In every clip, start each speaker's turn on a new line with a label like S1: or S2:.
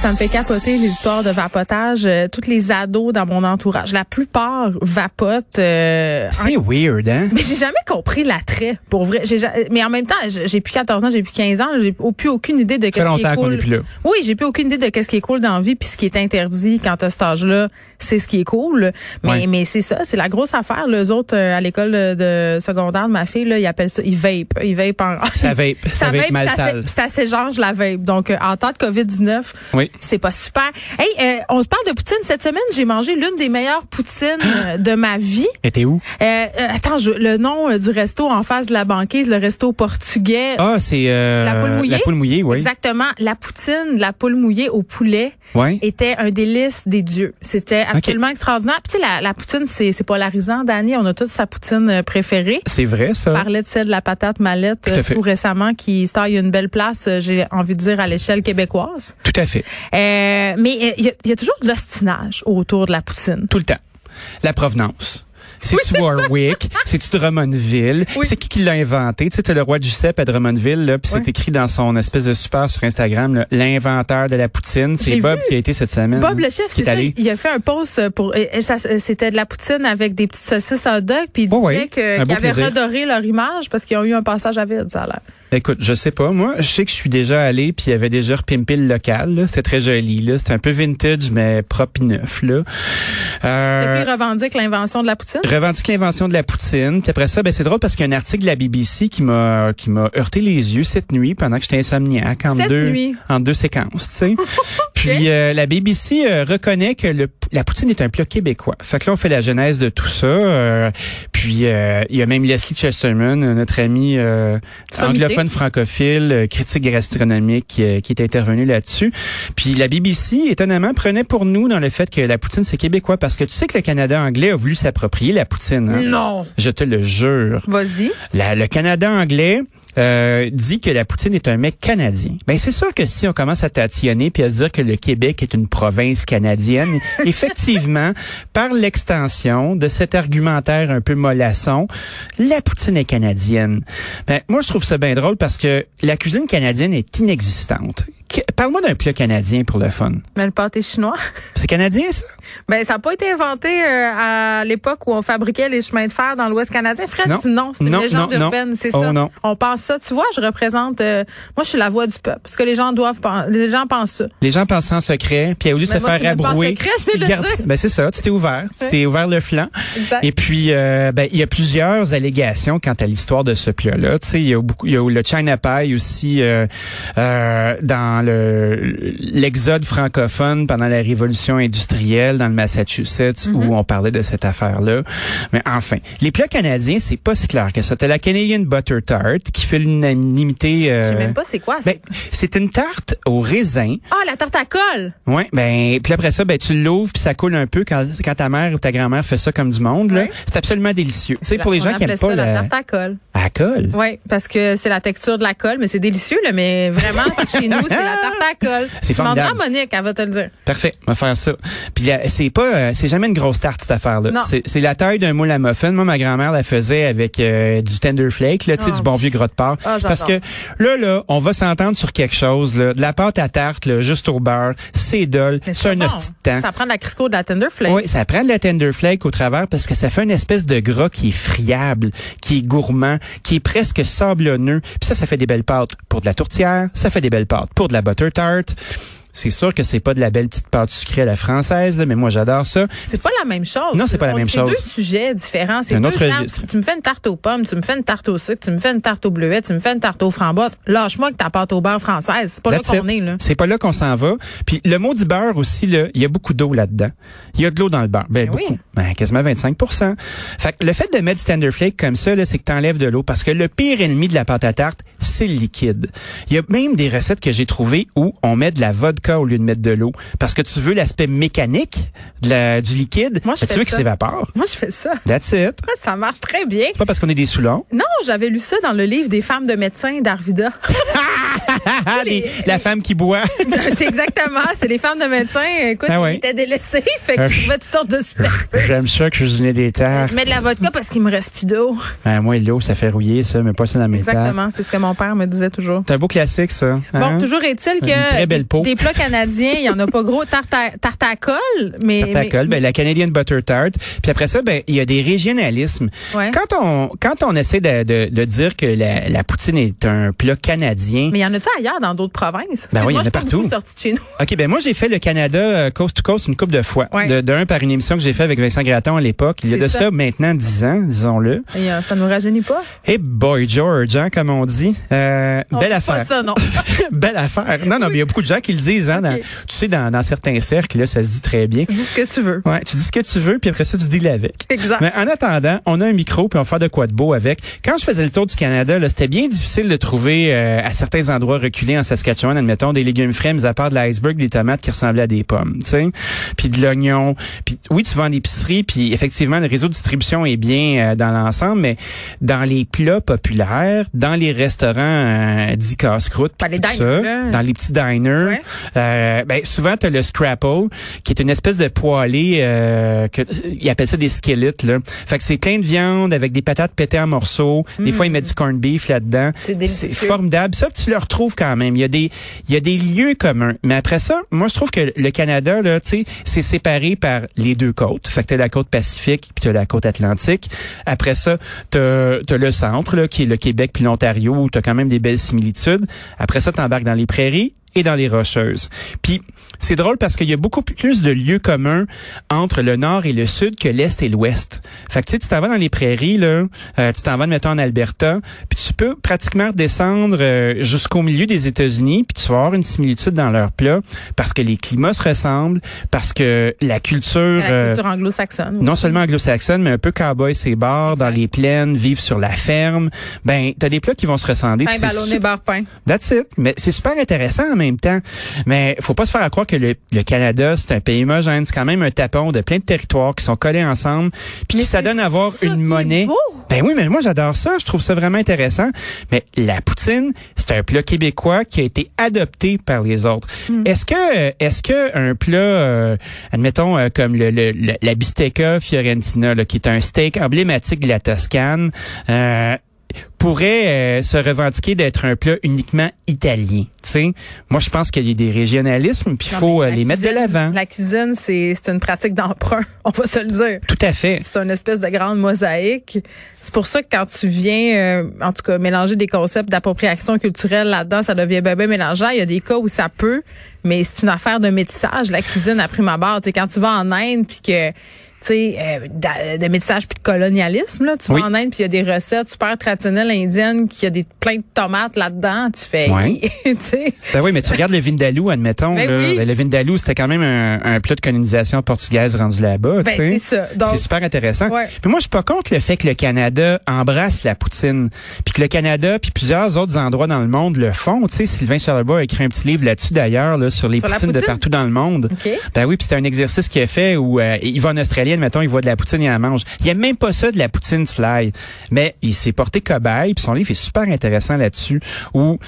S1: Ça me fait capoter les histoires de vapotage. Euh, toutes les ados dans mon entourage, la plupart vapotent. euh,
S2: C'est weird, hein?
S1: Mais j'ai jamais compris l'attrait, pour vrai. J'ai ja- mais en même temps, j'ai j'ai plus 14 ans, j'ai plus 15 ans, j'ai au- plus aucune idée de qu'est-ce qui
S2: longtemps
S1: est
S2: qu'on
S1: cool.
S2: est plus là.
S1: Oui, j'ai plus aucune idée de qu'est-ce qui est cool dans la vie, puis ce qui est interdit quand t'as cet âge-là, c'est ce qui est cool. Mais
S2: Ouais.
S1: mais c'est ça, c'est la grosse affaire. Les autres euh, à l'école euh, de secondaire de ma fille, là, ils appellent ça, ils vape, ils vape en.
S2: Ça vape, ça vape mal
S1: ça,
S2: sale.
S1: sé- ça s'égorge la vape. Donc euh, en temps de Covid 19,
S2: Oui.
S1: c'est pas super. Hey, euh, on se parle de poutine cette semaine. J'ai mangé l'une des meilleures poutines euh, de ma vie.
S2: Mais t'es où?
S1: Euh, euh, attends, je- le nom euh, du resto en face de la banquise, le resto portugais.
S2: Ah, c'est euh,
S1: la poule mouillée.
S2: La poule mouillée, oui.
S1: Exactement. La poutine de la poule mouillée au poulet
S2: Ouais.
S1: était un délice des dieux. C'était absolument extraordinaire. Puis tu sais, la, la poutine, c'est c'est polarisant, Dani. On a tous sa poutine euh, préférée.
S2: C'est vrai, ça.
S1: Je parlais de celle de la patate mallette
S2: à
S1: euh,
S2: fait.
S1: tout récemment qui se taille une belle place, euh, j'ai envie de dire, à l'échelle québécoise.
S2: Tout à fait.
S1: Euh, mais euh, il y, a- il y a toujours de l'ostinage autour de la poutine.
S2: Tout le temps. La provenance. C'est-tu
S1: c'est ça.
S2: Warwick? C'est-tu Drummondville?
S1: Oui.
S2: C'est qui qui l'a inventé? Tu sais, t'as le roi Giuseppe à Drummondville, là, puis
S1: Ouais.
S2: c'est écrit dans son espèce de super sur Instagram, là, l'inventeur de la poutine.
S1: J'ai
S2: C'est Bob
S1: vu.
S2: qui a été cette semaine.
S1: Bob le chef,
S2: qui
S1: c'est
S2: est
S1: ça,
S2: allé.
S1: il a fait un post pour euh, et- et ça, c'était de la poutine avec des petites saucisses hot dog puis il
S2: Oh oui,
S1: disait que-
S2: un
S1: qu'ils
S2: beau
S1: avaient
S2: plaisir.
S1: redoré leur image parce qu'ils ont eu un passage à vide, ça a l'air.
S2: Écoute, je sais pas. Moi, je sais que je suis déjà allé puis il y avait déjà repimpé le local. là. C'était très joli. là. C'était un peu vintage, mais propre et neuf. Là.
S1: Et
S2: Euh,
S1: puis ils revendiquent l'invention de la poutine.
S2: revendique l'invention de la poutine. Puis après ça, ben c'est drôle parce qu'il y a un article de la BBC qui m'a qui m'a heurté les yeux cette nuit pendant que j'étais insomniaque en
S1: Cette
S2: deux
S1: nuit?
S2: en deux séquences, tu sais. Puis euh, la BBC euh, reconnaît que le, la poutine est un plat québécois. Fait que là on fait la genèse de tout ça. euh, puis euh, il y a même Leslie Chesterman, euh, notre ami euh,
S1: Sommité.
S2: anglophone francophile, euh, critique gastronomique euh, qui est intervenu là-dessus. Puis la BBC, étonnamment, prenait pour nous dans le fait que la poutine, c'est québécois, parce que tu sais que le Canada anglais a voulu s'approprier la poutine. hein?
S1: Non.
S2: Je te le jure.
S1: Vas-y.
S2: La- le Canada anglais euh, dit que la poutine est un mec canadien. Ben c'est sûr que si on commence à tatillonner puis à se dire que le Québec est une province canadienne, effectivement, par l'extension de cet argumentaire un peu mollasson, la poutine est canadienne. Ben moi je trouve ça bien drôle parce que la cuisine canadienne est inexistante. Que- Parle-moi d'un plat canadien pour le fun.
S1: Mais le pâté chinois,
S2: C'est canadien ça
S1: ben ça n'a pas été inventé euh, à l'époque où on fabriquait les chemins de fer dans l'Ouest canadien. Fred
S2: Non.
S1: dit non, c'est une
S2: Non,
S1: légende
S2: non, non.
S1: urbaine, c'est
S2: Oh,
S1: ça.
S2: non.
S1: On pense ça. Tu vois, je représente. euh, moi, je suis la voix du peuple. Ce que les gens doivent penser, les gens pensent ça.
S2: Les gens pensent en secret, puis au lieu de
S1: Mais
S2: se
S1: Ben, moi, c'est
S2: faire
S1: même pas en
S2: abrouer,
S1: secret, je vais le
S2: ils gardent-
S1: dire.
S2: ben c'est ça, tu t'es ouvert, tu
S1: Ouais.
S2: t'es ouvert le flanc.
S1: Exact.
S2: Et puis euh, ben il y a plusieurs allégations quant à l'histoire de ce plat là, tu sais, il y a beaucoup il y a le China Pie aussi euh, euh, dans le l'exode francophone pendant la révolution industrielle dans le Massachusetts
S1: Mm-hmm.
S2: où on parlait de cette affaire là. Mais enfin, les plats canadiens, c'est pas si clair que ça. T'as la Canadian Butter Tart qui fait l'unanimité
S1: Je sais
S2: euh,
S1: même pas c'est quoi.
S2: ben,
S1: c'est-
S2: c'est une tarte au raisin.
S1: Ah, la tarte à colle.
S2: Ouais, ben puis après ça ben tu l'ouvres puis ça coule un peu quand, quand ta mère ou ta grand-mère fait ça comme du monde là,
S1: Ouais.
S2: c'est absolument délicieux. Tu sais pour les
S1: On
S2: gens qui
S1: appelait
S2: aiment
S1: ça
S2: pas
S1: la
S2: la
S1: tarte à colle.
S2: à colle.
S1: Oui, parce que c'est la texture de la colle, mais c'est délicieux, là, mais vraiment, chez nous, c'est la tarte à colle.
S2: C'est formidable.
S1: Demande-en à Monique, elle va te le dire.
S2: Parfait, on va faire ça. Puis la- c'est pas euh, c'est jamais une grosse tarte cette affaire là.
S1: Non.
S2: C'est c'est la taille d'un moule à muffin. Moi ma grand-mère la faisait avec euh, du tender flake là, tu sais
S1: Ah.
S2: du bon vieux gros de porc
S1: Ah, j'adore.
S2: parce que là là, on va s'entendre sur quelque chose là, de la pâte à tarte là, juste au beurre, c'est dole,
S1: Mais
S2: c'est un
S1: bon.
S2: hostie de temps.
S1: Ça prend de la Crisco de la Tenderflake.
S2: Oui, ça prend de la tender flake au travers parce que ça fait une espèce de gras qui est friable, qui est gourmand, qui est presque sablonneux. Puis ça, ça fait des belles pâtes pour de la tourtière, ça fait des belles pâtes pour de la butter tart. C'est sûr que c'est pas de la belle petite pâte sucrée à la française, là, mais moi j'adore ça.
S1: C'est pas la même chose.
S2: Non, c'est pas la
S1: On-
S2: même chose.
S1: C'est deux sujets différents. C'est
S2: un
S1: deux
S2: autre
S1: arbres.
S2: registre.
S1: Tu- Tu me fais une tarte aux pommes, tu me fais une tarte au sucre, tu me fais une tarte aux bleuets, tu me fais une tarte aux framboises. Lâche-moi que ta pâte au beurre française. C'est pas là
S2: That's
S1: qu'on
S2: it.
S1: est, là.
S2: C'est pas là qu'on s'en va. Puis le mot du beurre aussi, là, il y a beaucoup d'eau là-dedans. Il y a de l'eau dans le beurre. Ben,
S1: Ben oui.
S2: beaucoup. Ben, quasiment 25 Fait que le fait de mettre du tender flake comme ça, là, c'est que t'enlèves de l'eau. Parce que le pire ennemi de la pâte à tarte, c'est le liquide. Il y a même des recettes que j'ai trouvées où on met de la vodka vodka au lieu de mettre de l'eau parce que tu veux l'aspect mécanique de la- du liquide.
S1: Moi, je
S2: mais tu
S1: fais
S2: veux qu'il
S1: ça.
S2: s'évapore.
S1: Moi, je fais ça.
S2: That's it.
S1: Ça marche très bien.
S2: C'est pas parce qu'on est des soulons.
S1: Non, j'avais lu ça dans le livre des femmes de médecins d'Arvida.
S2: Ah, les- la femme qui boit.
S1: c'est exactement, c'est les femmes de médecins, écoute,
S2: Ah ouais.
S1: ils étaient délaissés, fait qu'ils
S2: Euh,
S1: trouvaient toutes sortes de superflus.
S2: J'aime ça cuisiner des terres.
S1: Je mets de la vodka parce qu'il me reste plus d'eau.
S2: Ah, moi, l'eau, ça fait rouiller, ça, mais pas ça dans mes terres.
S1: Exactement, c'est ce que mon père me disait toujours.
S2: C'est un beau classique, ça.
S1: Bon,
S2: hein?
S1: toujours est-il que
S2: Une très belle peau.
S1: des plats canadiens, il y en a pas gros. Tarte à- tarte à colle, mais
S2: Tarte à colle, ben, la Canadian Butter Tart. Puis après ça, ben, il y a des régionalismes.
S1: Ouais.
S2: Quand on quand on essaie de, de- de dire que la, la poutine est un plat canadien,
S1: mais il y en a-tu ailleurs dans d'autres provinces
S2: Ben oui, il y
S1: Excuse-moi,
S2: en
S1: je
S2: a
S1: suis pas
S2: partout.
S1: beaucoup sortie de chez nous.
S2: OK, ben moi j'ai fait le Canada euh, coast to coast une couple de fois.
S1: Ouais.
S2: De d'un par une émission que j'ai fait avec Vincent Gratton à l'époque, il y a
S1: C'est
S2: de
S1: ça.
S2: ça. maintenant 10 ans, disons-le.
S1: Et, euh, ça nous rajeunit pas.
S2: Et boy George, hein, comme on dit, Euh,
S1: On fait
S2: belle
S1: Pas
S2: affaire.
S1: ça non.
S2: belle affaire. Non non, mais il y a beaucoup de gens qui le disent hein, dans-
S1: Ok.
S2: tu sais dans, dans certains cercles là, ça se dit très bien.
S1: Dis ce que tu veux.
S2: Ouais, tu dis ce que tu veux puis après ça tu deals avec.
S1: Exact.
S2: Mais en attendant, on a un micro puis on va faire de quoi de beau avec. Quand je faisais le tour du Canada, là, c'était bien difficile de trouver euh, à certains endroits reculés en Saskatchewan, admettons, des légumes frais, mis à part de l'iceberg, des tomates qui ressemblaient à des pommes, tu sais, puis de l'oignon. Puis oui, tu vas en épicerie, puis effectivement, le réseau de distribution est bien euh, dans l'ensemble, mais dans les plats populaires, dans les restaurants euh, dits casse-croûte, puis
S1: Ben, les
S2: tout
S1: diners,
S2: ça,
S1: là.
S2: dans les petits diners,
S1: Ouais.
S2: euh, ben, souvent, tu as le scrapple, qui est une espèce de poêlé, euh, que, ils appellent ça des squelettes. Là. Fait que c'est plein de viande avec des patates pétées en morceaux. Des fois, ils mettent du corned beef là-dedans.
S1: C'est délicieux.
S2: formidable. Ça, tu le retrouves quand même. Il y, a des, il y a des lieux communs. Mais après ça, moi, je trouve que le Canada, là, tu sais, c'est séparé par les deux côtes. Fait que tu la côte Pacifique puis tu la côte Atlantique. Après ça, tu as, le centre, là, qui est le Québec puis l'Ontario, où tu as quand même des belles similitudes. Après ça, tu embarques dans les prairies et dans les Rocheuses. Puis c'est drôle parce qu'il y a beaucoup plus de lieux communs entre le nord et le sud que l'est et l'ouest. Fait que tu sais, tu t'en vas dans les prairies là, euh, tu t'en vas mettons en Alberta, puis tu peux pratiquement descendre euh, jusqu'au milieu des États-Unis, puis tu vas avoir une similitude dans leurs plats parce que les climats se ressemblent, parce que la culture,
S1: La
S2: euh,
S1: culture anglo-saxonne.
S2: non seulement anglo-saxonne, mais un peu cowboy ses bars dans les plaines, vivre sur la ferme. Ben, t'as des plats qui vont se ressembler. puis
S1: Pain
S2: c'est
S1: ballonné,
S2: super-
S1: beurre pain.
S2: That's it. Mais c'est super intéressant en même temps. Mais faut pas se faire à croire que le, le Canada, c'est un pays homogène. C'est quand même un tapon de plein de territoires qui sont collés ensemble, puis
S1: Mais
S2: qui s'adonnent
S1: c'est
S2: à avoir
S1: ça qui
S2: une
S1: est
S2: monnaie.
S1: beau.
S2: Ben oui, mais moi j'adore ça, je trouve ça vraiment intéressant. Mais la poutine, c'est un plat québécois qui a été adopté par les autres. Est-ce que est-ce que un plat euh, admettons euh, comme le, le- le- la bistecca fiorentina là, qui est un steak emblématique de la Toscane euh, pourrait euh, se revendiquer d'être un plat uniquement italien, tu sais. Moi je pense qu'il y a des régionalismes puis il
S1: Non,
S2: faut
S1: mais
S2: euh,
S1: la
S2: les mettre de
S1: cuisine-
S2: l'avant.
S1: La cuisine, c'est c'est une pratique d'emprunt. On va se le dire.
S2: Tout à fait.
S1: C'est une espèce de grande mosaïque. C'est pour ça que quand tu viens, euh, en tout cas, mélanger des concepts d'appropriation culturelle là-dedans, ça devient bébé mélangeant. Il y a des cas où ça peut, mais c'est une affaire de métissage. La cuisine, à prime abord, tu sais, quand tu vas en Inde, puis que tu sais, euh, d'a- de métissage puis de colonialisme, là. Tu
S2: Oui.
S1: vas en Inde, puis il y a des recettes super traditionnelles indiennes, qui a des, plein de tomates là-dedans. Tu fais...
S2: Ouais.
S1: tu sais,
S2: Ben oui, mais tu regardes le Vindaloo, admettons.
S1: Ben
S2: là.
S1: oui.
S2: Ben, Le Vindaloo, c'était quand même un, un plat de colonisation portugaise rendu là-bas.
S1: Ben,
S2: tu sais.
S1: c'est ça. Donc-
S2: C'est super intéressant.
S1: Ouais.
S2: Puis moi, je suis pas contre le fait que le Canada embrasse la poutine, puis que le Canada, puis plusieurs autres endroits dans le monde le font. Tu sais, Sylvain Charlebois a écrit un petit livre là-dessus d'ailleurs, là, sur les
S1: Sur la
S2: poutines de
S1: poutine?
S2: partout dans le monde.
S1: OK.
S2: Ben oui, puis c'était un exercice qu'il a fait où euh, il va en Australie, admettons, il voit de la poutine, il en mange. Il aime même pas ça de la poutine slide. Mais il s'est porté cobaye, puis son livre est super intéressant là-dessus, où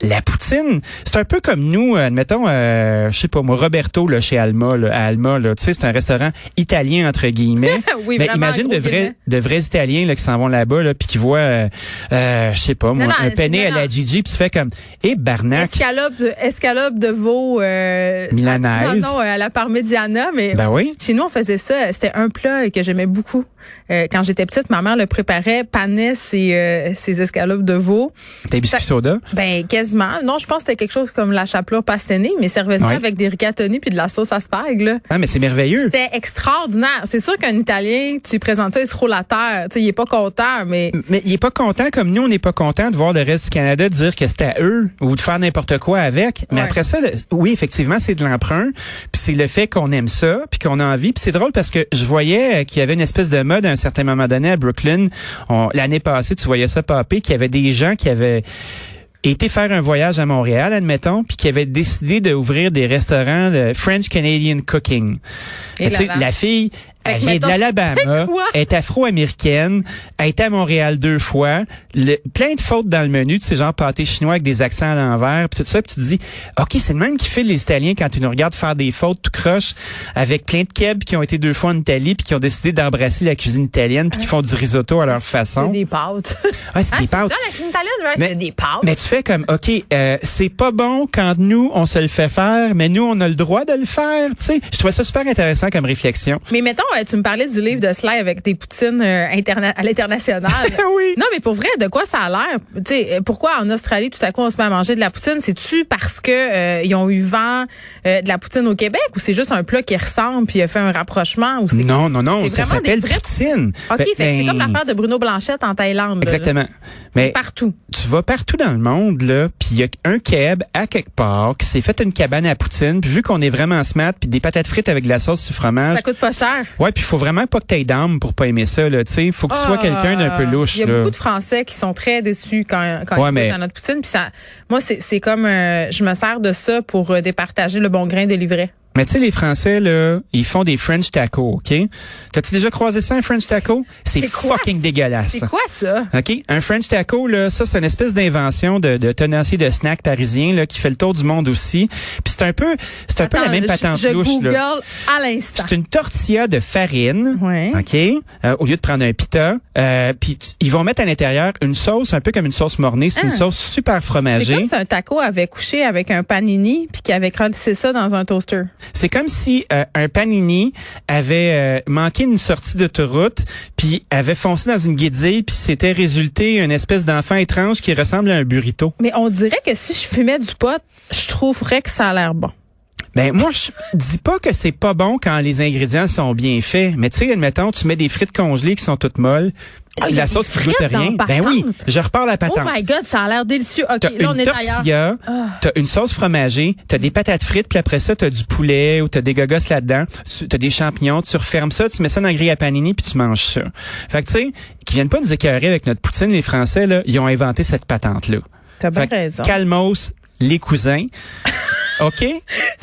S2: la poutine, c'est un peu comme nous, euh, admettons, euh, je sais pas moi, Roberto là, chez Alma, là, à Alma, là, tu sais, c'est un restaurant italien entre guillemets.
S1: Oui,
S2: mais
S1: vraiment,
S2: imagine
S1: gros
S2: de vrais,
S1: guillemets.
S2: de vrais Italiens là, qui s'en vont là-bas, là, puis qui voient, euh, euh, je sais pas moi,
S1: non,
S2: un
S1: c'est-
S2: penne
S1: non,
S2: à la
S1: non.
S2: Gigi, puis tu fais comme, eh barnac,
S1: Escalope, escalope de veau. Euh,
S2: Milanaise.
S1: Non, non, euh, à la parmigiana, mais.
S2: ben oui.
S1: Chez nous, on faisait ça. euh, C'était un plat que j'aimais beaucoup. Euh, quand j'étais petite, ma mère le préparait, panait ses, euh, ses escalopes de veau.
S2: Des biscuits soda.
S1: Ben, quasiment. Non, je pense que c'était quelque chose comme la chapelure pastenée, mais servait ça
S2: Ouais.
S1: avec des rigatoni puis de la sauce à spag, là.
S2: Ah, mais c'est merveilleux.
S1: C'était extraordinaire. C'est sûr qu'un Italien, tu lui présentes ça, il se roule à terre. Tu sais, il est pas content, mais
S2: Mais il est pas content comme nous, on n'est pas content de voir le reste du Canada dire que c'est à eux ou de faire n'importe quoi avec. Mais
S1: Ouais.
S2: après ça, le- oui, effectivement, c'est de l'emprunt, puis c'est le fait qu'on aime ça, puis qu'on a envie. Puis c'est drôle parce que je voyais euh, qu'il y avait une espèce de mode à un certain moment donné à Brooklyn. On- L'année passée, tu voyais ça popper, qu'il y avait des gens qui avaient était faire un voyage à Montréal, admettons, puis qui avait décidé d'ouvrir des restaurants de French Canadian Cooking.
S1: Et
S2: Mais tu sais,
S1: là-là.
S2: la fille,
S1: Fait que
S2: elle vient de
S1: mettons,
S2: l'Alabama,
S1: quoi?
S2: elle est afro-américaine, elle est à Montréal deux fois, le- plein de fautes dans le menu, tu sais, genre pâté chinois avec des accents à l'envers, puis tout ça, puis tu te dis, OK, c'est le même qui fait les Italiens quand ils nous regardent faire des fautes tout croche, avec plein de kebs qui ont été deux fois en Italie, puis qui ont décidé d'embrasser la cuisine italienne, puis qui font du risotto à leur façon.
S1: Ah. C'est des pâtes.
S2: Ouais, c'est
S1: Hein,
S2: des pâtes.
S1: ça, la cuisine italienne, right? C'est des pâtes.
S2: mais tu fais comme, OK, euh, c'est pas bon quand nous, on se le fait faire, mais nous, on a le droit de le faire, tu sais. Je trouvais ça super intéressant comme réflexion.
S1: Mais mettons, euh, tu me parlais du livre de Sly avec des poutines euh, interna- à l'international.
S2: Oui.
S1: Non, mais pour vrai, de quoi ça a l'air? Tu sais, euh, pourquoi en Australie, tout à coup, on se met à manger de la poutine? C'est-tu parce que euh, ils ont eu vent euh, de la poutine au Québec ou c'est juste un plat qui ressemble puis il a fait un rapprochement? Ou c'est-
S2: Non, non, non,
S1: c'est
S2: ça
S1: vraiment des
S2: s'appelle
S1: vraies-
S2: poutine.
S1: OK,
S2: Ben,
S1: fait que c'est comme
S2: ben,
S1: l'affaire de Bruno Blanchette en Thaïlande. là, là.
S2: Exactement. Mais
S1: Partout.
S2: tu vas partout dans le monde là, puis il y a un keb à quelque part qui s'est fait une cabane à poutine, puis vu qu'on est vraiment smart, puis des patates frites avec de la sauce sur fromage.
S1: Ça coûte pas cher.
S2: Ouais, puis faut vraiment pas que t'aies d'âme pour pas aimer ça là, tu sais, faut que tu sois
S1: Ah,
S2: quelqu'un d'un peu louche
S1: Il y a
S2: là.
S1: beaucoup de Français qui sont très déçus quand, quand
S2: Ouais,
S1: ils
S2: mais-
S1: goûtent à notre poutine. Puis ça, moi, c'est c'est comme euh, je me sers de ça pour euh, départager le bon grain de livret.
S2: Mais tu sais les Français là, ils font des French tacos, OK T'as-tu déjà croisé ça un French taco C'est
S1: quoi
S2: fucking
S1: ça?
S2: dégueulasse.
S1: C'est quoi ça?
S2: OK? Un French taco, là, ça, c'est une espèce d'invention de, de tenancier de snack parisien, là, qui fait le tour du monde aussi. Puis c'est un peu, c'est un peu la
S1: Attends,
S2: même
S1: je-
S2: patente
S1: je,
S2: louche,
S1: Google
S2: là.
S1: à l'instant.
S2: C'est une tortilla de farine,
S1: Ouais.
S2: ok. euh, au lieu de prendre un pita, euh, puis tu- ils vont mettre à l'intérieur une sauce, un peu comme une sauce mornée, c'est une
S1: Ah.
S2: sauce super
S1: C'est
S2: fromagée.
S1: comme si un taco avait couché avec un panini puis qu'il avait crâlissé ça dans un toaster.
S2: C'est comme si euh, un panini avait euh, manqué une sortie d'autoroute, puis avait foncé dans une guédille, puis c'était résulté une espèce d'enfant étrange qui ressemble à un burrito.
S1: Mais on dirait que si je fumais du pot, je trouverais que ça a l'air bon.
S2: Ben moi je dis pas que c'est pas bon quand les ingrédients sont bien faits, mais tu sais admettons tu mets des frites congelées qui sont toutes molles,
S1: Ah, il y a
S2: la
S1: des
S2: sauce qui
S1: frites
S2: goûte
S1: dans
S2: rien.
S1: la
S2: Ben oui,
S1: patente.
S2: je repars la patente.
S1: Oh my God, ça a l'air délicieux. OK,
S2: T'as
S1: là, on
S2: une
S1: est ailleurs. Ah.
S2: tortilla, t'as une sauce fromagée, t'as des patates frites, puis après ça, t'as du poulet ou t'as des gogosses là-dedans, tu- t'as des champignons, tu refermes ça, tu mets ça dans le grille à panini, puis tu manges ça. Fait que tu sais, qu'ils viennent pas nous écœurer avec notre poutine, les Français, là, ils ont inventé cette patente-là.
S1: T'as bien
S2: Fait que
S1: raison.
S2: Calmos, les cousins. OK?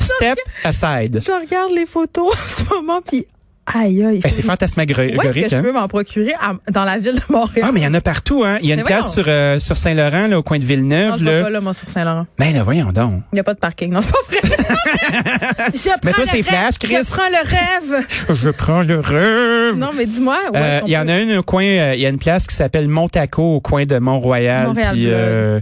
S2: Step aside.
S1: Je regarde les photos en ce moment, puis aïe, aïe.
S2: Ben, c'est
S1: Où est-ce que
S2: fantasmagorique.
S1: je
S2: hein?
S1: peux m'en procurer à- dans la ville de Montréal?
S2: Ah, mais il y en a partout, hein. Il y a une
S1: Mais
S2: place
S1: voyons.
S2: sur, euh, sur Saint-Laurent, là, au coin de
S1: Non,
S2: Villeneuve,
S1: je vais
S2: là.
S1: pas là, moi, sur Saint-Laurent.
S2: Ben, là, voyons donc.
S1: Il n'y a pas de parking. Non, c'est pas vrai. je prends
S2: Mais toi,
S1: le
S2: c'est
S1: rêve.
S2: flash, Chris.
S1: Je prends le rêve.
S2: Je prends le rêve.
S1: Non, mais dis-moi. où
S2: Euh,
S1: est-ce qu'on
S2: Il y en
S1: peut-
S2: a une au coin, euh, il y a une place qui s'appelle Montaco au coin de Mont-Royal,
S1: Montréal,
S2: puis,
S1: là.
S2: euh,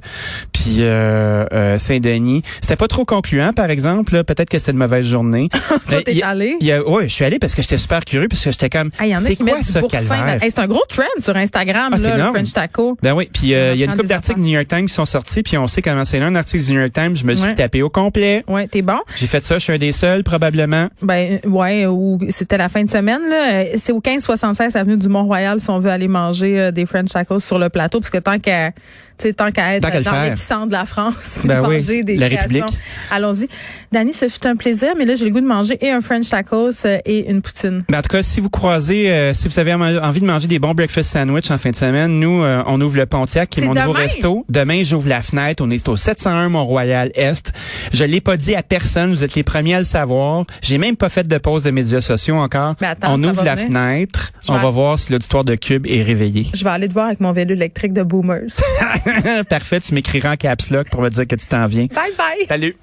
S2: puis euh, euh, Saint-Denis. C'était pas trop concluant, par exemple. là. Peut-être que c'était une mauvaise journée. Ben,
S1: Toi,
S2: il
S1: t'es
S2: y a-
S1: allé.
S2: il y a- ouais, je suis allé parce que j'étais super curieux, parce que j'étais comme,
S1: Ah, il y en a
S2: c'est
S1: qui
S2: quoi
S1: mettent du
S2: ça,
S1: boursin
S2: calvaire?
S1: dans- Hey, c'est un gros trend sur Instagram,
S2: Ah, c'est
S1: là, le
S2: énorme.
S1: French Taco.
S2: Ben oui, puis
S1: On
S2: euh,
S1: en
S2: il y a une
S1: prend
S2: couple
S1: des
S2: d'articles
S1: Ah, affaires.
S2: du New York Times qui sont sortis, puis on sait comment c'est là. Un article du New York Times, je me suis
S1: Ouais.
S2: tapé au complet.
S1: Ouais, t'es bon?
S2: J'ai fait ça, je suis un des seuls, probablement.
S1: Ben, ouais, ou c'était la fin de semaine, là. Euh, C'est au 1576 avenue du Mont-Royal si on veut aller manger euh, des French Tacos sur le plateau, parce que tant qu'à, tu sais, tant qu'à être
S2: Tant qu'à le
S1: dans
S2: faire.
S1: l'épicentre de la France, puis
S2: Ben oui,
S1: manger des
S2: la
S1: créations.
S2: République.
S1: Allons-y. Dani, ce fut un plaisir, mais là, j'ai le goût de manger et un French Tacos euh, et une poutine.
S2: Mais en tout cas, si vous croisez, euh, si vous avez en- envie de manger des bons breakfast sandwich en fin de semaine, nous, euh, on ouvre le Pontiac, qui est,
S1: C'est
S2: mon nouveau
S1: demain?
S2: resto. Demain, j'ouvre la fenêtre. On est au 701 Mont-Royal Est. Je l'ai pas dit à personne. Vous êtes les premiers à le savoir. J'ai même pas fait de pause de médias sociaux encore.
S1: Mais attends,
S2: on
S1: ça
S2: ouvre
S1: va
S2: la
S1: venir.
S2: fenêtre.
S1: Je
S2: on
S1: vais-
S2: va voir si l'auditoire de Cube est réveillé.
S1: Je vais aller te voir avec mon vélo électrique de Boomers.
S2: Parfait. Tu m'écriras en caps lock pour me dire que tu t'en viens.
S1: bye bye!
S2: Salut.